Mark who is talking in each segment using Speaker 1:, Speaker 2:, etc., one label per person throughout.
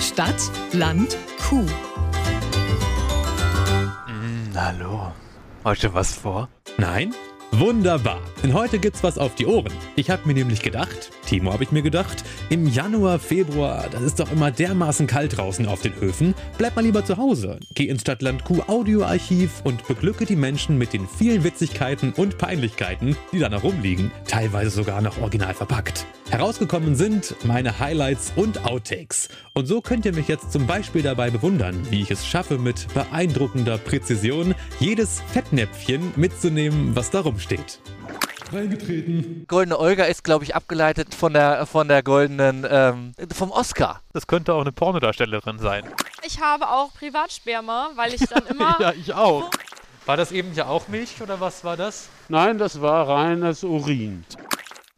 Speaker 1: Stadt, Land, Kuh.
Speaker 2: hallo. Heute was vor?
Speaker 3: Nein? Wunderbar. Denn heute gibt's was auf die Ohren. Ich habe mir nämlich gedacht, Timo habe ich mir gedacht, im Januar, Februar, das ist doch immer dermaßen kalt draußen auf den Höfen. Bleib mal lieber zu Hause. Geh ins Stadtland Q Audioarchiv und beglücke die Menschen mit den vielen Witzigkeiten und Peinlichkeiten, die da noch rumliegen, teilweise sogar noch original verpackt. Herausgekommen sind meine Highlights und Outtakes. Und so könnt ihr mich jetzt zum Beispiel dabei bewundern, wie ich es schaffe, mit beeindruckender Präzision jedes Fettnäpfchen mitzunehmen, was da rumsteht. Reingetreten.
Speaker 2: Goldene Olga ist, glaube ich, abgeleitet von der, von der goldenen, ähm, vom Oscar.
Speaker 4: Das könnte auch eine Pornodarstellerin sein.
Speaker 5: Ich habe auch Privatsperma, weil ich dann immer.
Speaker 4: Ja, ich auch. War das eben ja auch Milch oder was war das?
Speaker 6: Nein, das war reines Urin.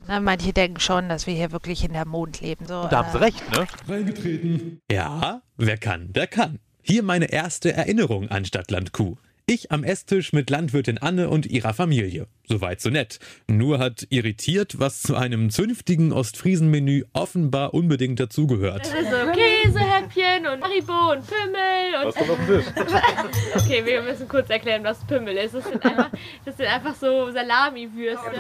Speaker 7: Na, manche denken schon, dass wir hier wirklich in der Mond leben. So,
Speaker 4: Da haben sie
Speaker 7: äh,
Speaker 4: recht, ne?
Speaker 3: Reingetreten. Ja, wer kann, der kann. Hier meine erste Erinnerung an Stadtland Q. Ich am Esstisch mit Landwirtin Anne und ihrer Familie. Soweit so nett. Nur hat irritiert, was zu einem zünftigen Ostfriesenmenü offenbar unbedingt dazugehört.
Speaker 5: Also Käsehäppchen und Haribo und Pimmel und. Was kommt auf den Tisch? okay, wir müssen kurz erklären, was Pimmel ist. Das sind einfach, das sind einfach so Salamiwürste.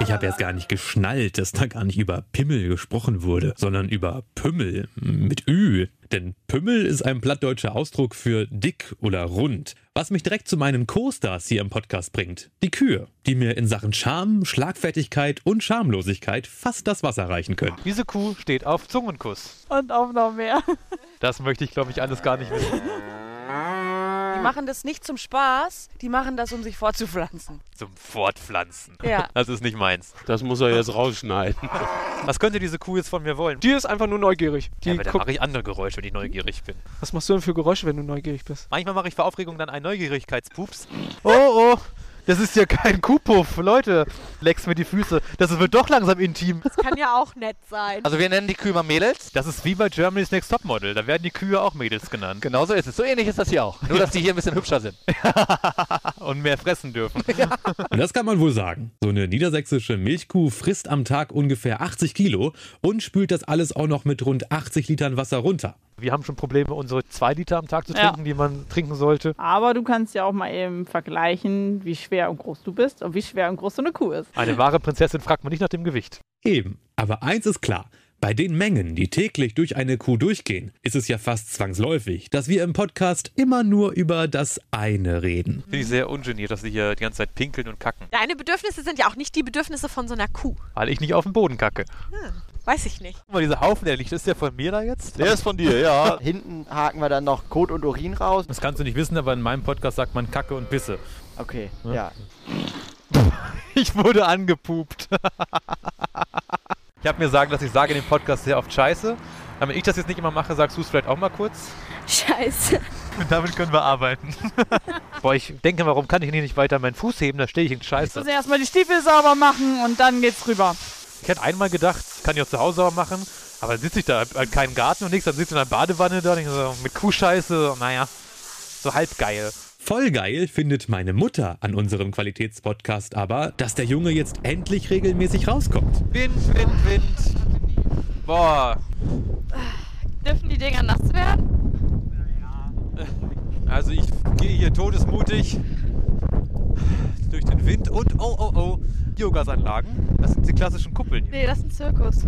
Speaker 3: Ich habe erst gar nicht geschnallt, dass da gar nicht über Pimmel gesprochen wurde, sondern über Pümmel mit Ü. Denn Pümmel ist ein plattdeutscher Ausdruck für dick oder rund. Was mich direkt zu meinen Co-Stars hier im Podcast bringt. Die Kühe, die mir in Sachen Charme, Schlagfertigkeit und Schamlosigkeit fast das Wasser reichen können.
Speaker 4: Diese Kuh steht auf Zungenkuss.
Speaker 8: Und auch noch mehr.
Speaker 4: Das möchte ich, glaube ich, alles gar nicht wissen.
Speaker 8: Die machen das nicht zum Spaß, die machen das, um sich fortzupflanzen.
Speaker 4: Zum Fortpflanzen.
Speaker 8: Ja.
Speaker 4: Das ist nicht meins.
Speaker 6: Das muss er jetzt rausschneiden.
Speaker 4: Was könnte diese Kuh jetzt von mir wollen?
Speaker 9: Die ist einfach nur neugierig. Die
Speaker 4: ja, aber da
Speaker 9: guckt,
Speaker 4: mache ich andere Geräusche, wenn ich neugierig bin.
Speaker 9: was machst du denn für Geräusche, wenn du neugierig bist?
Speaker 4: Manchmal mache ich vor Aufregung dann einen Neugierigkeitspups. Oh, oh, das ist ja kein Kuhpuff. Leute, leck's mir die Füße. Das wird doch langsam intim.
Speaker 8: Das kann ja auch nett sein.
Speaker 2: Also wir nennen die Kühe mal Mädels.
Speaker 4: Das ist wie bei Germany's Next Topmodel. Da werden die Kühe auch Mädels genannt.
Speaker 2: Genauso ist es. Genau So ähnlich ist das hier auch. Nur, dass die hier ein bisschen hübscher sind.
Speaker 4: Und mehr fressen dürfen.
Speaker 3: Und das kann man wohl sagen. So eine niedersächsische Milchkuh frisst am Tag ungefähr 80 Kilo und spült das alles auch noch mit rund 80 Litern Wasser runter.
Speaker 4: Wir haben schon Probleme, unsere zwei Liter am Tag zu
Speaker 8: Ja.
Speaker 4: trinken, die man trinken sollte.
Speaker 8: Aber du kannst ja auch mal eben vergleichen, wie schwer und groß du bist und wie schwer und groß so eine Kuh ist.
Speaker 4: Eine wahre Prinzessin fragt man nicht nach dem Gewicht.
Speaker 3: Eben. Aber eins ist klar. Bei den Mengen, die täglich durch eine Kuh durchgehen, ist es ja fast zwangsläufig, dass wir im Podcast immer nur über das eine reden.
Speaker 4: Finde ich sehr ungeniert, dass sie hier die ganze Zeit pinkeln und kacken.
Speaker 10: Deine Bedürfnisse sind ja auch nicht die Bedürfnisse von so einer Kuh. Hm,
Speaker 4: Weil ich nicht auf den Boden kacke.
Speaker 10: Weiß ich nicht.
Speaker 4: Guck mal, dieser Haufen der Licht, ist der von mir da jetzt?
Speaker 11: Der ist von dir, ja. Hinten haken wir dann noch Kot und Urin raus.
Speaker 4: Das kannst du nicht wissen, aber in meinem Podcast sagt man Kacke und Pisse.
Speaker 11: Okay, ja.
Speaker 4: Ich wurde angepupt. ich habe mir sagen, dass ich sage in dem Podcast sehr oft Scheiße. Damit ich das jetzt nicht immer mache, sagst du es vielleicht auch mal kurz.
Speaker 5: Scheiße.
Speaker 4: Und damit können wir arbeiten. Boah, ich denke, warum kann ich hier nicht weiter meinen Fuß heben? Da stehe ich in Scheiße.
Speaker 8: Also erstmal die Stiefel sauber machen und dann geht's rüber.
Speaker 4: Ich hätte einmal gedacht, kann ich auch zu Hause sauber machen, aber dann sitze ich da, hab halt keinen Garten und nichts, dann sitze ich in einer Badewanne da und ich so, mit Kuhscheiße, naja, so halb geil.
Speaker 3: Voll geil findet meine Mutter an unserem Qualitätspodcast aber, dass der Junge jetzt endlich regelmäßig rauskommt.
Speaker 4: Wind, Wind, Wind. Boah,
Speaker 5: Dürfen die Dinger nass werden?
Speaker 4: also ich gehe hier todesmutig durch den Wind und oh, oh, oh, Yogasanlagen. Das sind die klassischen Kuppeln. hier.
Speaker 5: Nee, das ist ein Zirkus.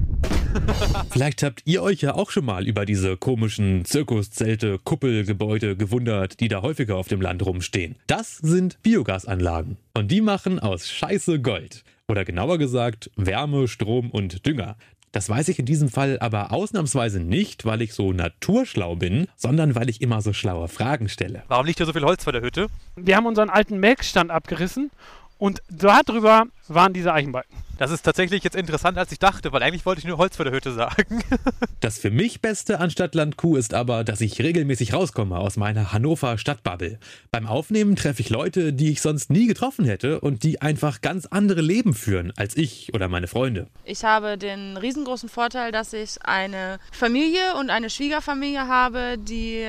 Speaker 3: Vielleicht habt ihr euch ja auch schon mal über diese komischen Zirkuszelte, Kuppelgebäude gewundert, die da häufiger auf dem Land rumstehen. Das sind Biogasanlagen. Und die machen aus Scheiße Gold. Oder genauer gesagt, Wärme, Strom und Dünger. Das weiß ich in diesem Fall aber ausnahmsweise nicht, weil ich so naturschlau bin, sondern weil ich immer so schlaue Fragen stelle.
Speaker 4: Warum liegt hier so viel Holz vor der Hütte?
Speaker 9: Wir haben unseren alten Melkstand abgerissen und darüber waren diese Eichenbalken.
Speaker 4: Das ist tatsächlich jetzt interessanter, als ich dachte, weil eigentlich wollte ich nur Holz vor der Hütte sagen.
Speaker 3: Das für mich Beste an Stadtland Q ist aber, dass ich regelmäßig rauskomme aus meiner Hannover Stadtbubble. Beim Aufnehmen treffe ich Leute, die ich sonst nie getroffen hätte und die einfach ganz andere Leben führen als ich oder meine Freunde.
Speaker 10: Ich habe den riesengroßen Vorteil, dass ich eine Familie und eine Schwiegerfamilie habe, die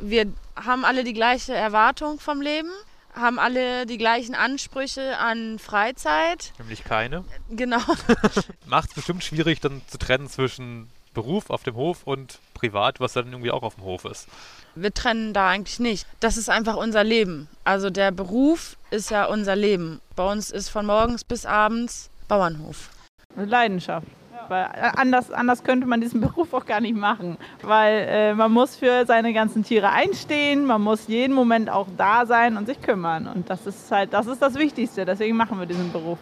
Speaker 10: wir haben alle die gleiche Erwartung vom Leben, haben alle die gleichen Ansprüche an Freizeit.
Speaker 4: Nämlich keine.
Speaker 10: Genau.
Speaker 4: Macht es bestimmt schwierig, dann zu trennen zwischen Beruf auf dem Hof und privat, was dann irgendwie auch auf dem Hof ist.
Speaker 10: Wir trennen da eigentlich nicht. Das ist einfach unser Leben. Also der Beruf ist ja unser Leben. Bei uns ist von morgens bis abends Bauernhof.
Speaker 8: Eine Leidenschaft. Weil anders, anders könnte man diesen Beruf auch gar nicht machen. Weil äh, man muss für seine ganzen Tiere einstehen, man muss jeden Moment auch da sein und sich kümmern. Und das ist halt, das ist das Wichtigste. Deswegen machen wir diesen Beruf.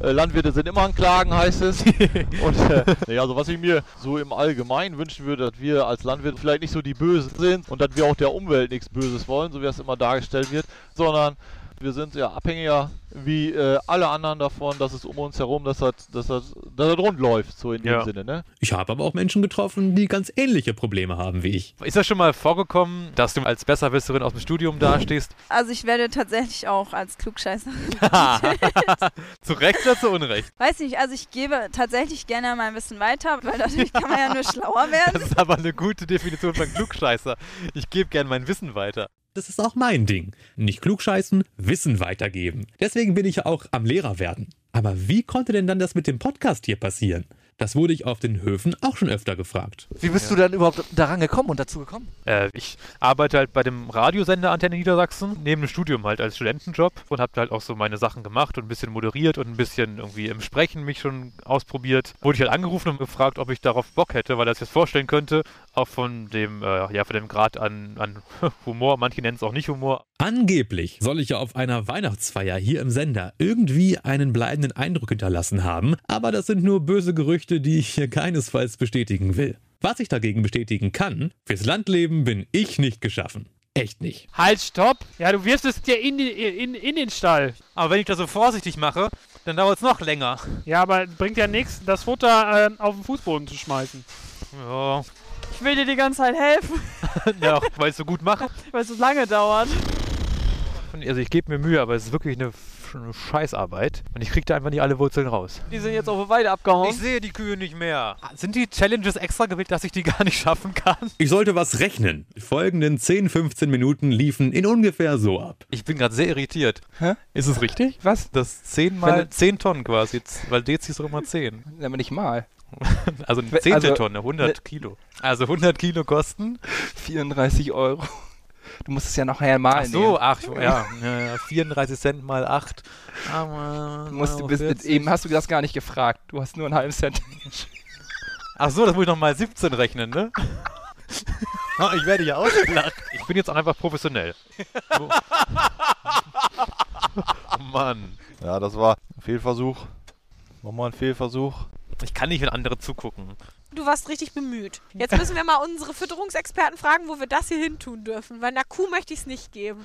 Speaker 12: Äh, Landwirte sind immer an Klagen, heißt es. Und äh, naja, also was ich mir so im Allgemeinen wünschen würde, dass wir als Landwirte vielleicht nicht so die Bösen sind und dass wir auch der Umwelt nichts Böses wollen, so wie das immer dargestellt wird, sondern wir sind ja abhängiger wie äh, alle anderen davon, dass es um uns herum, dass das, dass das, dass das rund läuft, so in dem
Speaker 4: Ja.
Speaker 12: Sinne, ne?
Speaker 3: Ich habe aber auch Menschen getroffen, die ganz ähnliche Probleme haben wie ich.
Speaker 4: Ist das schon mal vorgekommen, dass du als Besserwisserin aus dem Studium dastehst?
Speaker 13: Also ich werde tatsächlich auch als Klugscheißer.
Speaker 4: zu Recht oder zu Unrecht?
Speaker 13: Weiß nicht, also ich gebe tatsächlich gerne mein Wissen weiter, weil dadurch kann man ja nur schlauer werden.
Speaker 4: Das ist aber eine gute Definition von Klugscheißer. Ich gebe gern mein Wissen weiter.
Speaker 3: Das ist auch mein Ding. Nicht klugscheißen, Wissen weitergeben. Deswegen bin ich ja auch am Lehrer werden. Aber wie konnte denn dann das mit dem Podcast hier passieren? Das wurde ich auf den Höfen auch schon öfter gefragt.
Speaker 2: Wie bist du dann überhaupt daran gekommen und dazu gekommen?
Speaker 4: Äh, ich arbeite halt bei dem Radiosender Antenne Niedersachsen, neben dem Studium halt als Studentenjob und habe halt auch so meine Sachen gemacht und ein bisschen moderiert und ein bisschen irgendwie im Sprechen mich schon ausprobiert. Wurde ich halt angerufen und gefragt, ob ich darauf Bock hätte, weil er sich das vorstellen könnte, auch von dem, äh, ja, von dem Grad an, an Humor, manche nennen es auch nicht Humor.
Speaker 3: Angeblich soll ich ja auf einer Weihnachtsfeier hier im Sender irgendwie einen bleibenden Eindruck hinterlassen haben, aber das sind nur böse Gerüchte, die ich hier keinesfalls bestätigen will. Was ich dagegen bestätigen kann, fürs Landleben bin ich nicht geschaffen. Echt nicht.
Speaker 9: Halt, stopp! Ja, du wirfst es dir in, die, in, in den Stall.
Speaker 4: Aber wenn ich das so vorsichtig mache, dann dauert es noch länger.
Speaker 9: Ja, aber bringt ja nichts, das Futter ähm, auf den Fußboden zu schmeißen.
Speaker 4: Ja,
Speaker 13: Ich will dir die ganze Zeit helfen,
Speaker 4: ja weil ich es so gut mache.
Speaker 13: weil es so lange dauert.
Speaker 4: Also ich gebe mir Mühe, aber es ist wirklich eine, F- eine Scheißarbeit und ich kriege da einfach nicht alle Wurzeln raus.
Speaker 14: Die sind jetzt auf der Weide abgehauen.
Speaker 4: Ich sehe die Kühe nicht mehr. Ah, Sind die Challenges extra gewählt, dass ich die gar nicht schaffen kann?
Speaker 3: Ich sollte was rechnen. Die folgenden 10, 15 Minuten liefen in ungefähr so ab.
Speaker 4: Ich bin gerade sehr irritiert.
Speaker 14: Hä?
Speaker 4: Ist es richtig? Was? Das 10 mal
Speaker 14: Wenn-
Speaker 4: 10 Tonnen quasi, z- weil Dezi ist doch immer 10.
Speaker 14: Nenn mal nicht mal.
Speaker 4: Also eine
Speaker 14: Wenn-
Speaker 4: Zehnteltonne, 100
Speaker 14: ne-
Speaker 4: Kilo. Also 100 Kilo kosten
Speaker 14: 34 Euro. Du musst es ja nachher mal
Speaker 4: Ach so,
Speaker 9: ah,
Speaker 4: ach, ja, ja, ja, 34 Cent mal Ah, 8.
Speaker 14: Du musst, du bist, eben hast du das gar nicht gefragt. Du hast nur einen halben Cent.
Speaker 4: Ach so, das muss ich noch mal 17 rechnen, ne? ich werde ja ausgelacht. Ich bin jetzt auch einfach professionell. So. Oh Mann.
Speaker 12: Ja, das war ein Fehlversuch. Nochmal ein Fehlversuch.
Speaker 4: Ich kann nicht, wenn andere zugucken.
Speaker 15: Du warst richtig bemüht. Jetzt müssen wir mal unsere Fütterungsexperten fragen, wo wir das hier hin tun dürfen, weil einer Kuh möchte ich es nicht geben.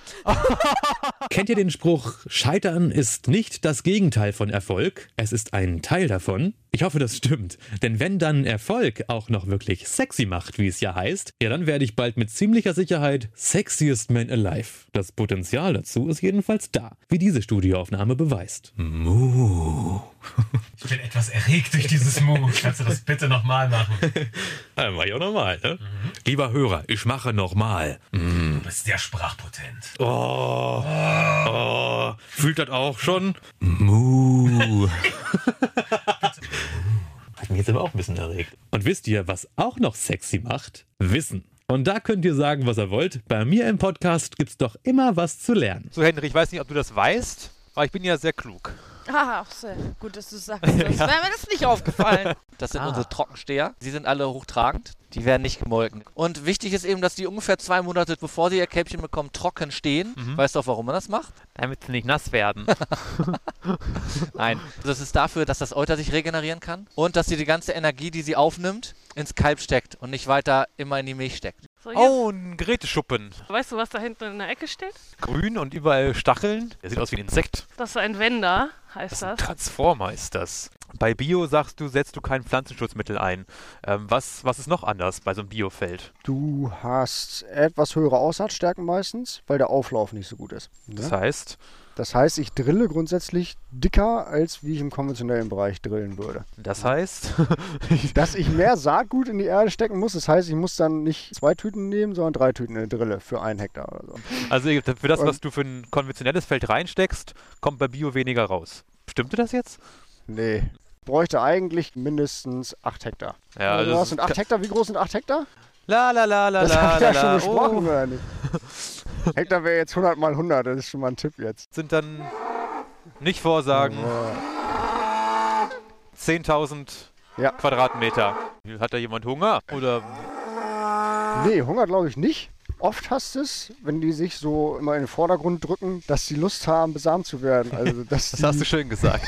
Speaker 3: Kennt ihr den Spruch, Scheitern ist nicht das Gegenteil von Erfolg, es ist ein Teil davon? Ich hoffe, das stimmt. Denn wenn dann Erfolg auch noch wirklich sexy macht, wie es ja heißt, ja, dann werde ich bald mit ziemlicher Sicherheit Sexiest Man Alive. Das Potenzial dazu ist jedenfalls da, wie diese Studioaufnahme beweist. Mu. Ich bin etwas erregt durch dieses Mu. Kannst du das bitte nochmal machen? Ja, mach ich auch nochmal, ne? Lieber Hörer, ich mache nochmal. Mm.
Speaker 16: bist sehr sprachpotent.
Speaker 3: Oh, oh. Fühlt das auch schon? Mu. Hat mich jetzt aber auch ein bisschen erregt. Und wisst ihr, was auch noch sexy macht? Wissen. Und da könnt ihr sagen, was ihr wollt. Bei mir im Podcast gibt's doch immer was zu lernen.
Speaker 4: So, Henry, ich weiß nicht, ob du das weißt, aber ich bin ja sehr klug.
Speaker 10: Ah, ach, sehr gut, dass du es sagst. Sonst wäre mir das nicht aufgefallen.
Speaker 2: Das
Speaker 14: Ah.
Speaker 2: sind unsere Trockensteher. Sie sind alle hochtragend. Die werden nicht gemolken. Und wichtig ist eben, dass die ungefähr zwei Monate, bevor sie ihr Kälbchen bekommen, trocken stehen.
Speaker 4: Mhm.
Speaker 2: Weißt du auch, warum man das macht?
Speaker 4: Damit sie nicht nass werden.
Speaker 2: Nein, das ist dafür, dass das Euter sich regenerieren kann und dass sie die ganze Energie, die sie aufnimmt, ins Kalb steckt und nicht weiter immer in die Milch steckt.
Speaker 17: So, hier-
Speaker 4: Oh, ein Geräteschuppen.
Speaker 17: Weißt du, was da hinten in der Ecke steht?
Speaker 4: Grün und überall Stacheln. Der sieht aus wie ein Insekt.
Speaker 17: Das ist ein Wender, heißt das.
Speaker 4: Transformer ist das. Bei Bio sagst du, setzt du kein Pflanzenschutzmittel ein. Ähm, was, was ist noch anders bei so einem Biofeld?
Speaker 11: Du hast etwas höhere Aussaatstärken meistens, weil der Auflauf nicht so gut ist. ne?
Speaker 4: Das heißt,
Speaker 11: Das heißt, ich drille grundsätzlich dicker, als wie ich im konventionellen Bereich drillen würde.
Speaker 4: das heißt,
Speaker 11: Dass ich mehr Saatgut in die Erde stecken muss, das heißt, ich muss dann nicht zwei Tüten nehmen, sondern drei Tüten in eine Drille für einen Hektar oder so.
Speaker 4: also für das,
Speaker 11: Und-
Speaker 4: was du für ein konventionelles Feld reinsteckst, kommt bei Bio weniger raus. Stimmte das jetzt?
Speaker 11: Nee. bräuchte eigentlich mindestens 8 Hektar.
Speaker 4: Ja,
Speaker 11: also
Speaker 4: das
Speaker 11: was sind
Speaker 4: ist-
Speaker 11: 8 Hektar? Wie groß sind 8 Hektar?
Speaker 4: La la la la
Speaker 11: das
Speaker 4: la
Speaker 11: haben wir ja
Speaker 4: la
Speaker 11: schon
Speaker 4: la.
Speaker 11: besprochen,
Speaker 4: Oh.
Speaker 11: oder nicht? Hektar wäre jetzt 100 mal 100, das ist schon mal ein Tipp jetzt.
Speaker 4: Sind dann nicht vorsagen. 10.000 Quadratmeter. Hat da jemand Hunger? Oder
Speaker 11: Nee, Hunger glaube ich nicht. Oft hast es, wenn die sich so immer in den Vordergrund drücken, dass sie Lust haben, besamt zu werden. Also, dass
Speaker 4: Das
Speaker 11: die,
Speaker 4: hast du schön gesagt.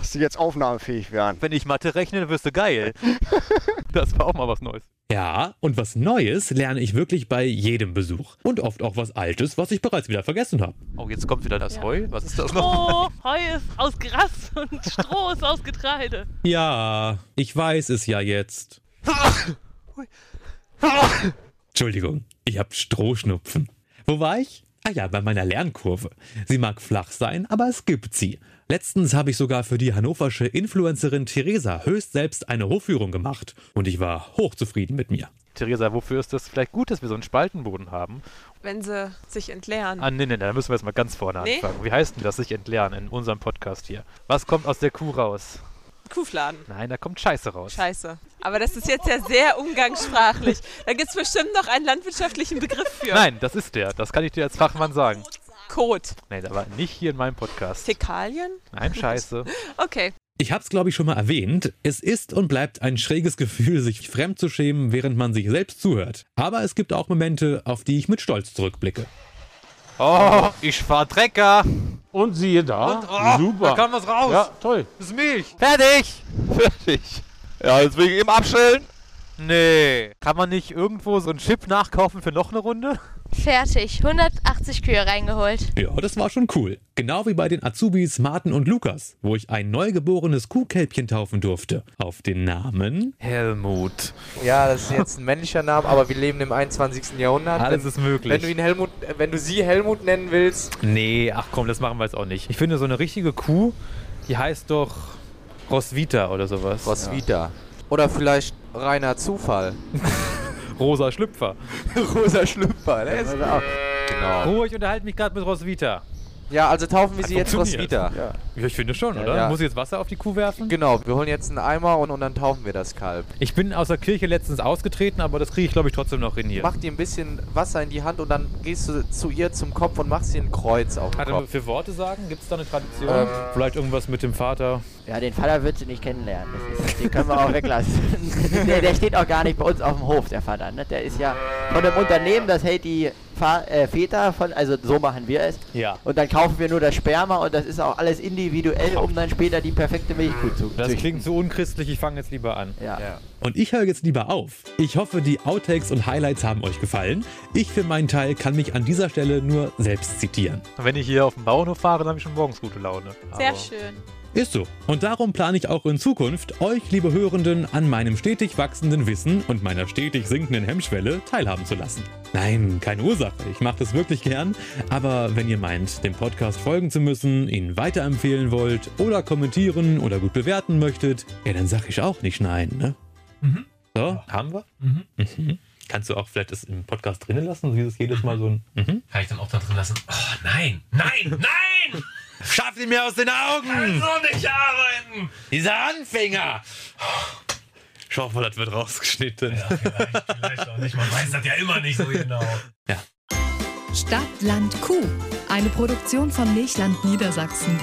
Speaker 11: dass die jetzt aufnahmefähig wären.
Speaker 4: wenn ich Mathe rechne, wirst du geil. Das war auch mal was Neues.
Speaker 3: Ja, und was Neues lerne ich wirklich bei jedem Besuch. Und oft auch was Altes, was ich bereits wieder vergessen habe.
Speaker 4: Oh, jetzt kommt wieder das Heu. Was ist das
Speaker 17: Stroh, Oh, Heu ist aus Gras und Stroh ist aus Getreide.
Speaker 3: Ja, ich weiß es ja jetzt. Entschuldigung, ich habe Strohschnupfen. Wo war ich? Ah ja, bei meiner Lernkurve. Sie mag flach sein, aber es gibt sie. Letztens habe ich sogar für die hannoversche Influencerin Theresa höchst selbst eine Hofführung gemacht und ich war hochzufrieden mit mir.
Speaker 4: Theresa, wofür ist das vielleicht gut, dass wir so einen Spaltenboden haben?
Speaker 15: Wenn sie sich entleeren.
Speaker 4: Ah, nee, nee, da müssen wir jetzt mal ganz vorne
Speaker 15: Nee.
Speaker 4: anfangen. Wie heißt denn das, sich entleeren in unserem Podcast hier? Was kommt aus der Kuh raus?
Speaker 15: Kuhfladen.
Speaker 4: Nein, da kommt Scheiße raus.
Speaker 15: Scheiße. Aber das ist jetzt ja sehr umgangssprachlich. Da gibt es bestimmt noch einen landwirtschaftlichen Begriff für.
Speaker 4: Nein, das ist der. Das kann ich dir als Fachmann sagen.
Speaker 15: Kot.
Speaker 4: Nee, aber nicht hier in meinem Podcast.
Speaker 15: Fäkalien?
Speaker 4: Nein, Scheiße.
Speaker 15: Okay.
Speaker 3: Ich hab's, glaube ich, schon mal erwähnt. Es ist und bleibt ein schräges Gefühl, sich fremd zu schämen, während man sich selbst zuhört. Aber es gibt auch Momente, auf die ich mit Stolz zurückblicke.
Speaker 4: Oh, ich fahr Trecker.
Speaker 6: Und siehe da, super.
Speaker 4: oh, Da kam was raus.
Speaker 6: Ja, toll.
Speaker 4: Das ist Milch. Fertig.
Speaker 12: Fertig. Ja, deswegen eben abstellen.
Speaker 4: Nee. Kann man nicht irgendwo so einen Chip nachkaufen für noch eine Runde?
Speaker 16: Fertig. 180 Kühe reingeholt.
Speaker 3: Ja, das war schon cool. Genau wie bei den Azubis Martin und Lukas, wo ich ein neugeborenes Kuhkälbchen taufen durfte. Auf den Namen
Speaker 4: Helmut.
Speaker 18: Ja, das ist jetzt ein männlicher Name, aber wir leben im 21. Jahrhundert.
Speaker 4: Alles
Speaker 18: Wenn-
Speaker 4: ist möglich.
Speaker 18: Wenn du ihn Helmut, äh, wenn du sie Helmut nennen willst.
Speaker 4: Nee, ach komm, das machen wir jetzt auch nicht. Ich finde, so eine richtige Kuh, die heißt doch Roswitha oder sowas.
Speaker 18: Roswitha. Oder vielleicht reiner Zufall.
Speaker 4: Rosa Schlüpfer.
Speaker 18: Rosa Schlüpfer, ne?
Speaker 4: Ja,
Speaker 18: Ja, genau.
Speaker 4: Ruhe, ich unterhalte mich gerade mit Roswitha.
Speaker 18: Ja, also taufen wir
Speaker 4: Hat
Speaker 18: sie jetzt
Speaker 4: funktioniert.
Speaker 18: Roswitha.
Speaker 4: Ja. ich finde schon, oder? Muss ich jetzt Wasser auf die Kuh werfen?
Speaker 18: Genau, wir holen jetzt einen Eimer und, und dann taufen wir das Kalb.
Speaker 4: Ich bin aus der Kirche letztens ausgetreten, aber das kriege ich, glaube ich, trotzdem noch hin hier.
Speaker 18: Mach dir ein bisschen Wasser in die Hand und dann gehst du zu ihr zum Kopf und machst ihr ein Kreuz auf den
Speaker 4: Warte,
Speaker 18: Kopf.
Speaker 4: für Worte sagen? Gibt es da eine Tradition?
Speaker 18: Ähm,
Speaker 4: Vielleicht irgendwas mit dem Vater?
Speaker 19: Ja, den Vater wird sie nicht kennenlernen. Das ist, den können wir auch weglassen. der, der steht auch gar nicht bei uns auf dem Hof, der Vater. Ne? Der ist ja von dem Unternehmen, das hält die Fa äh, Väter von, also so machen wir es.
Speaker 4: Ja.
Speaker 19: Und dann kaufen wir nur das Sperma und das ist auch alles individuell, um dann später die perfekte Milchkuh zu
Speaker 4: Das
Speaker 19: züchten.
Speaker 4: klingt so unchristlich, ich fange jetzt lieber an.
Speaker 19: Ja.
Speaker 3: Und ich höre jetzt lieber auf. Ich hoffe, die Outtakes und Highlights haben euch gefallen. Ich für meinen Teil kann mich an dieser Stelle nur selbst zitieren.
Speaker 4: Wenn ich hier auf den Bauernhof fahre, dann habe ich schon morgens gute Laune.
Speaker 15: Sehr schön.
Speaker 3: Ist so. Und darum plane ich auch in Zukunft, euch, liebe Hörenden, an meinem stetig wachsenden Wissen und meiner stetig sinkenden Hemmschwelle teilhaben zu lassen. Nein, keine Ursache. Ich mache das wirklich gern. Aber wenn ihr meint, dem Podcast folgen zu müssen, ihn weiterempfehlen wollt oder kommentieren oder gut bewerten möchtet, ja, dann sag ich auch nicht nein, ne?
Speaker 4: Mhm.
Speaker 3: So, haben wir?
Speaker 4: Mhm.
Speaker 3: Mhm. Kannst du auch vielleicht das im Podcast drinnen lassen, so dieses jedes Mal so ein. Mhm.
Speaker 4: Kann ich dann auch da drin lassen? Oh, nein, nein, nein! Schaff ihn mir aus den Augen! so nicht arbeiten! Dieser Anfänger!
Speaker 3: Ich hoffe, das wird rausgeschnitten.
Speaker 4: Man weiß das ja immer nicht so genau.
Speaker 1: Stadt, Land, Kuh. Eine Produktion von Milchland Niedersachsen.